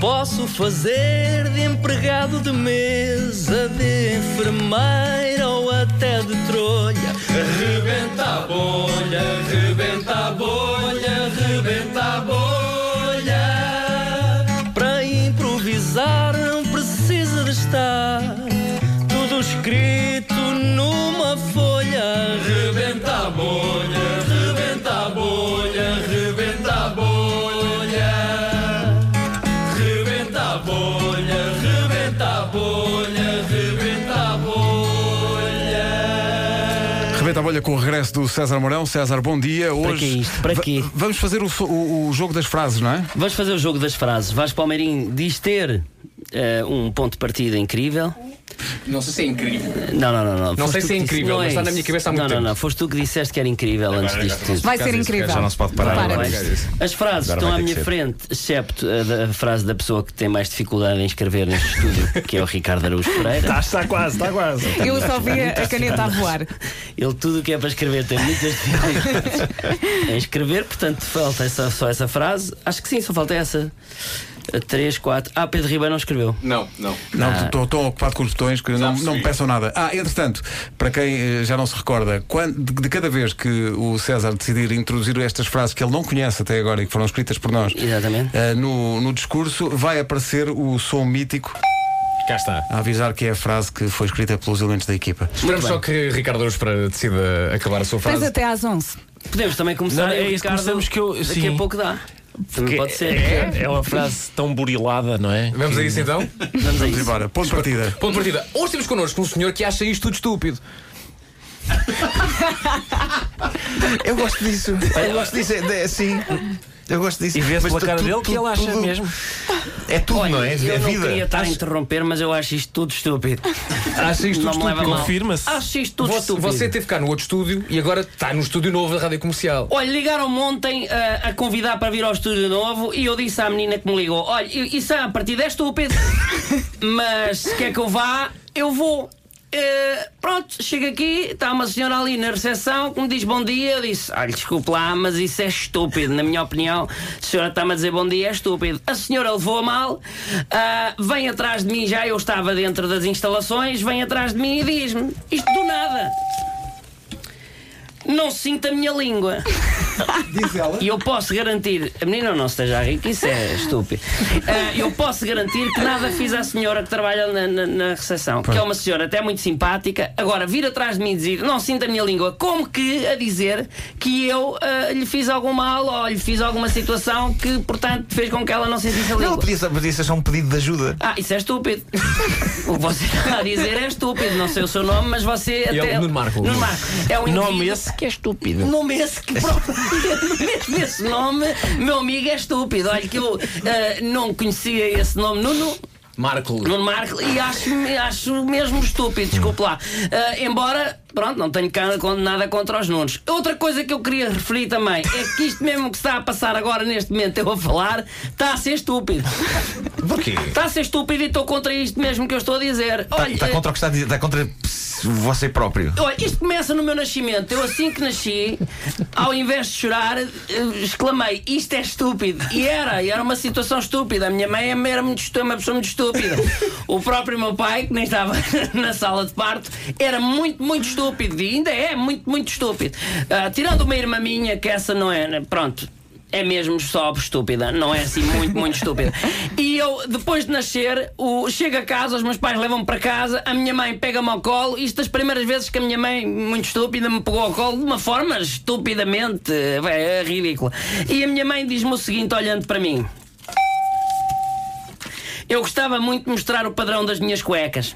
Posso fazer de empregado de mesa, de enfermeira ou até de trolha. Rebenta a bolha, rebenta a bolha, rebenta a bolha. Para improvisar não precisa de estar tudo escrito numa folha. Rebenta a bolha, rebenta a bolha, rebenta a bolha. Rebenta a bolha, rebenta a bolha, rebenta a bolha. Rebenta a bolha com o regresso do César Mourão. César, bom dia. Hoje que isto? Para va- quê? Vamos fazer o, so- o- o jogo das frases, não é? Vamos fazer o jogo das frases. Vasco Palmeirim diz ter eh, um ponto de partida incrível. Eh, Não sei se é incrível. Não, não, não. Não, Foste sei tu que se é disse- incrível, não mas é está na isso. minha cabeça há muito não, tempo. Não, não, Foste tu que disseste que era incrível antes disto tudo. Vai ser incrível. Já não se pode parar. Prepara-te. agora. Vai. As frases Agora estão à vai ter minha que ser. frente, excepto a, da- a frase da pessoa que tem mais dificuldade em escrever neste estúdio, que é o Ricardo Araújo Pereira. Tá, Está quase, está quase. Eu só vi a a caneta a voar. Ele tudo o que é para escrever tem muitas dificuldades em escrever, portanto falta essa- só essa frase. Acho que sim, só falta essa. A Três, quatro. Ah, Pedro Ribeiro não escreveu. Não, não. Não, Ah. estou tão ocupado com os botões que não, não me percebi. peçam nada. Ah, entretanto, para quem eh, já não se recorda, quando- de, de cada vez que o César decidir introduzir estas frases que ele não conhece até agora e que foram escritas por nós Exatamente. eh, no, no discurso, vai aparecer o som mítico Cá está. a avisar que é a frase que foi escrita pelos elementos da equipa. Esperamos Só que Ricardo Aruz para decida acabar a sua Tens frase. até às 11. Podemos também começar. Não, e o é isso, Ricardo começamos que eu- Daqui sim. a pouco dá. Também Porque pode ser. É, é uma frase tão burilada, não é? Vamos a isso então? Vamos a Vamos isso. embora, ponto de partida. Ponto de partida. Hoje temos connosco um senhor que acha isto tudo estúpido. Eu gosto disso. Eu gosto disso. É, é, sim. Eu gosto disso. E vê-se Mas pela tu- cara tu- dele tu- que ele acha tudo- mesmo. É tudo, não é? É eu não vida. queria estar a interromper, mas eu acho isto tudo estúpido. Acha isto não tudo me leva estúpido. mal. Confirma-se. Acho isto tudo Você, estúpido. você teve cá no outro estúdio e agora está no estúdio novo da Rádio Comercial. Olha, ligaram-me ontem ah, a convidar para vir ao estúdio novo e eu disse à menina que me ligou: Olha, eu- isso é a partir desta o Pedro. Mas se quer que eu vá, eu vou. Eh, pronto, chego aqui, está uma senhora ali na recepção que me diz bom dia. Eu disse: Olha, desculpe lá, mas isso é estúpido. Na minha opinião, a senhora está-me a dizer bom dia, é estúpido. A senhora levou a mal, ah, vem atrás de mim, já eu estava dentro das instalações, vem atrás de mim e diz-me: Isto do nada. Não sinto a minha língua. E eu posso garantir, a menina não esteja a rir, que isso é estúpido. Ah, eu posso garantir que nada fiz à senhora que trabalha na, na, na recepção, que é uma senhora até muito simpática. Agora, vir atrás de mim e dizer, não sinto a minha língua, como que a dizer que eu ah, lhe fiz algum mal ou lhe fiz alguma situação que, portanto, fez com que ela não sentisse a Não, língua? ela podia, podia ser só um pedido de ajuda. Ah, isso é estúpido. o que você está a dizer é estúpido. Não sei o seu nome, mas você É até. o Nuno Marco. Nuno Marco. É um Nome indivíduo- esse que é estúpido. Nome esse que próprio. Mesmo esse nome, meu amigo, é estúpido. Olha, que eu eh, não conhecia esse nome, Nuno. Marco. Nuno Marco, e acho, acho mesmo estúpido, desculpe lá. Eh, embora, pronto, não tenho ca- con- nada contra os Nunos. Outra coisa que eu queria referir também é que isto mesmo que está a passar agora, neste momento, eu a falar, está a ser estúpido. Porquê? Está a ser estúpido e estou contra isto mesmo que eu estou a dizer. Está Olha, eh, contra o que está a dizer. Está contra ps- você próprio. Olha, isto começa no meu nascimento. Eu, assim que nasci, ao invés de chorar, eh, exclamei: Isto é estúpido. E era, e era uma situação estúpida. A minha mãe era muito estú- uma pessoa muito estúpida. O próprio meu pai, que nem estava na sala de parto, era muito, muito estúpido. E ainda é muito, muito estúpido. Ah, tirando uma irmã minha, que essa não é. né, Pronto. É mesmo só estúpida, não é assim muito, muito estúpida. E eu, depois de nascer, o, chego a casa, os meus pais levam-me para casa, a minha mãe pega-me ao colo. Isto das primeiras vezes que a minha mãe, muito estúpida, me pegou ao colo de uma forma estupidamente eh, é, ridícula. E a minha mãe diz-me o seguinte, olhando para mim: Eu gostava muito de mostrar o padrão das minhas cuecas.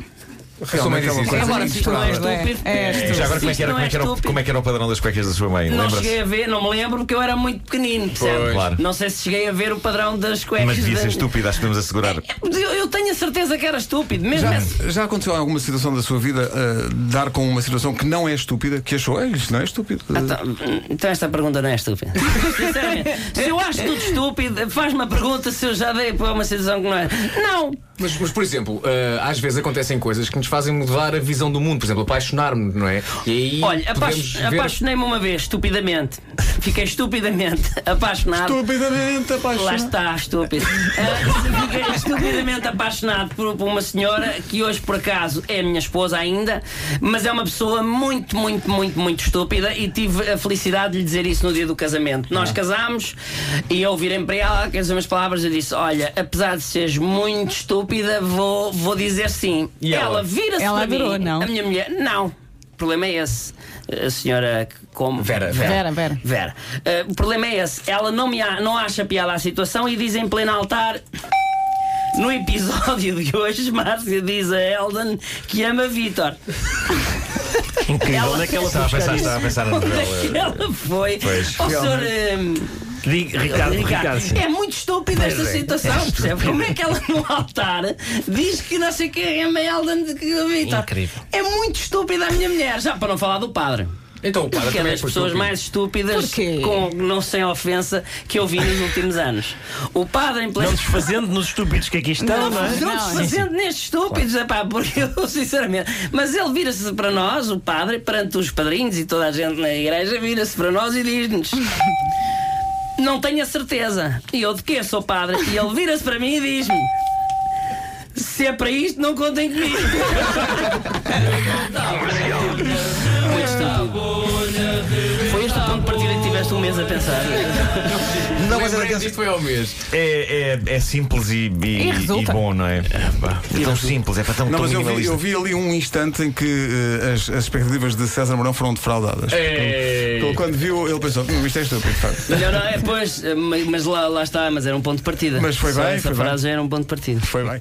Eu sou meio Realmente é uma difícil. coisa Agora, Agora, se isto não é estúpido, estúpido. é. É estúpido. Já se agora, como é, isto que era, não como, é que era o, estúpido- como é que era o padrão das cuecas da sua mãe? não Lembra-se? cheguei a ver, não me lembro porque eu era muito pequenino, percebe? Pois. Claro. Não sei se cheguei a ver o padrão das é, cuecas. Mas devia da- ser estúpido, acho que podemos assegurar. Eu, eu tenho a certeza que era estúpido, mesmo Já, esse- já aconteceu alguma situação da sua vida eh, dar com uma situação que não é estúpida, que achou, "Ei, isto não é estúpido? Eh, Então, então esta pergunta não é estúpida. Sinceramente, se eu acho tudo estúpido, faz-me a pergunta se eu já dei para uma situação que não é. Não! Mas, mas, por exemplo, eh, às vezes acontecem coisas que nos fazem mudar a visão do mundo. Por exemplo, apaixonar-me, não é? E aí Olha, apa- podemos ver- apaixonei-me uma vez, estupidamente. Fiquei estupidamente apaixonado. Estupidamente Lá apaixonado. está, estúpido. Ah, Fiquei estupidamente apaixonado por, por uma senhora que hoje, por acaso, é minha esposa ainda, mas é uma pessoa muito, muito, muito, muito estúpida e tive a felicidade de lhe dizer isso no dia do casamento. Nós casámos e eu virei para ela com as mesmas palavras eu disse: Olha, apesar de seres muito estúpida, vou, vou dizer sim. E ela? vira-se Ela para adorou, mim. não? A minha mulher, não. O problema é esse. A senhora que como? Vera, Vera, Vera. Vera. eh, o problema é esse. Ela não, me a- não acha piada à situação e diz em pleno altar. No episódio de hoje, Márcia diz a Eldon que ama Vítor. Incrível. Ela- Onde é que ela está a pensar? Está a pensar na Onde novela. é que ela foi? Ó, senhor, eh, Diga, Ricardo, Ricardo, sim. é muito estúpida esta situação, percebe? Como é que ela no altar diz que não sei é quem ama Eldon de que Vítor? Incrível. É muito estúpida a minha mulher, já para não falar do padre. Então, o padre Que é também das foi pessoas estúpido. mais estúpidas, Porquê? com, não sem ofensa, que eu vi nos últimos anos. O padre em pleno. Não desfazendo nos estúpidos que aqui Não, estão, não, é? não Não, desfazendo nestes estúpidos, epá, porque eu, sinceramente. Mas ele vira-se para nós, o padre, perante os padrinhos e toda a gente na igreja, vira-se para nós e diz-nos: Não tenho a certeza. E eu de quê sou padre? E ele vira-se para mim e diz-me: Se é para isto, não contem comigo. Muito estúpido. Foi este o ponto de partida que tiveste um mês a pensar. Não, mas era Lembrei daqueles- disto é foi ao mês. é, é, é simples e, e, E resulta. e bom, não é? É tão simples, é para tão, Eh, Não, tão mas eu vi, minimalista. eu vi ali um instante em que eh, as, as expectativas de César Mourão foram defraudadas. Ele, quando viu, ele pensou, "Hum, isto é estúpido, de facto. Não, não, é, pois, mas lá, lá está, mas era um ponto de partida. Mas foi Só bem, Essa foi bem. frase era um ponto de partida. Foi bem.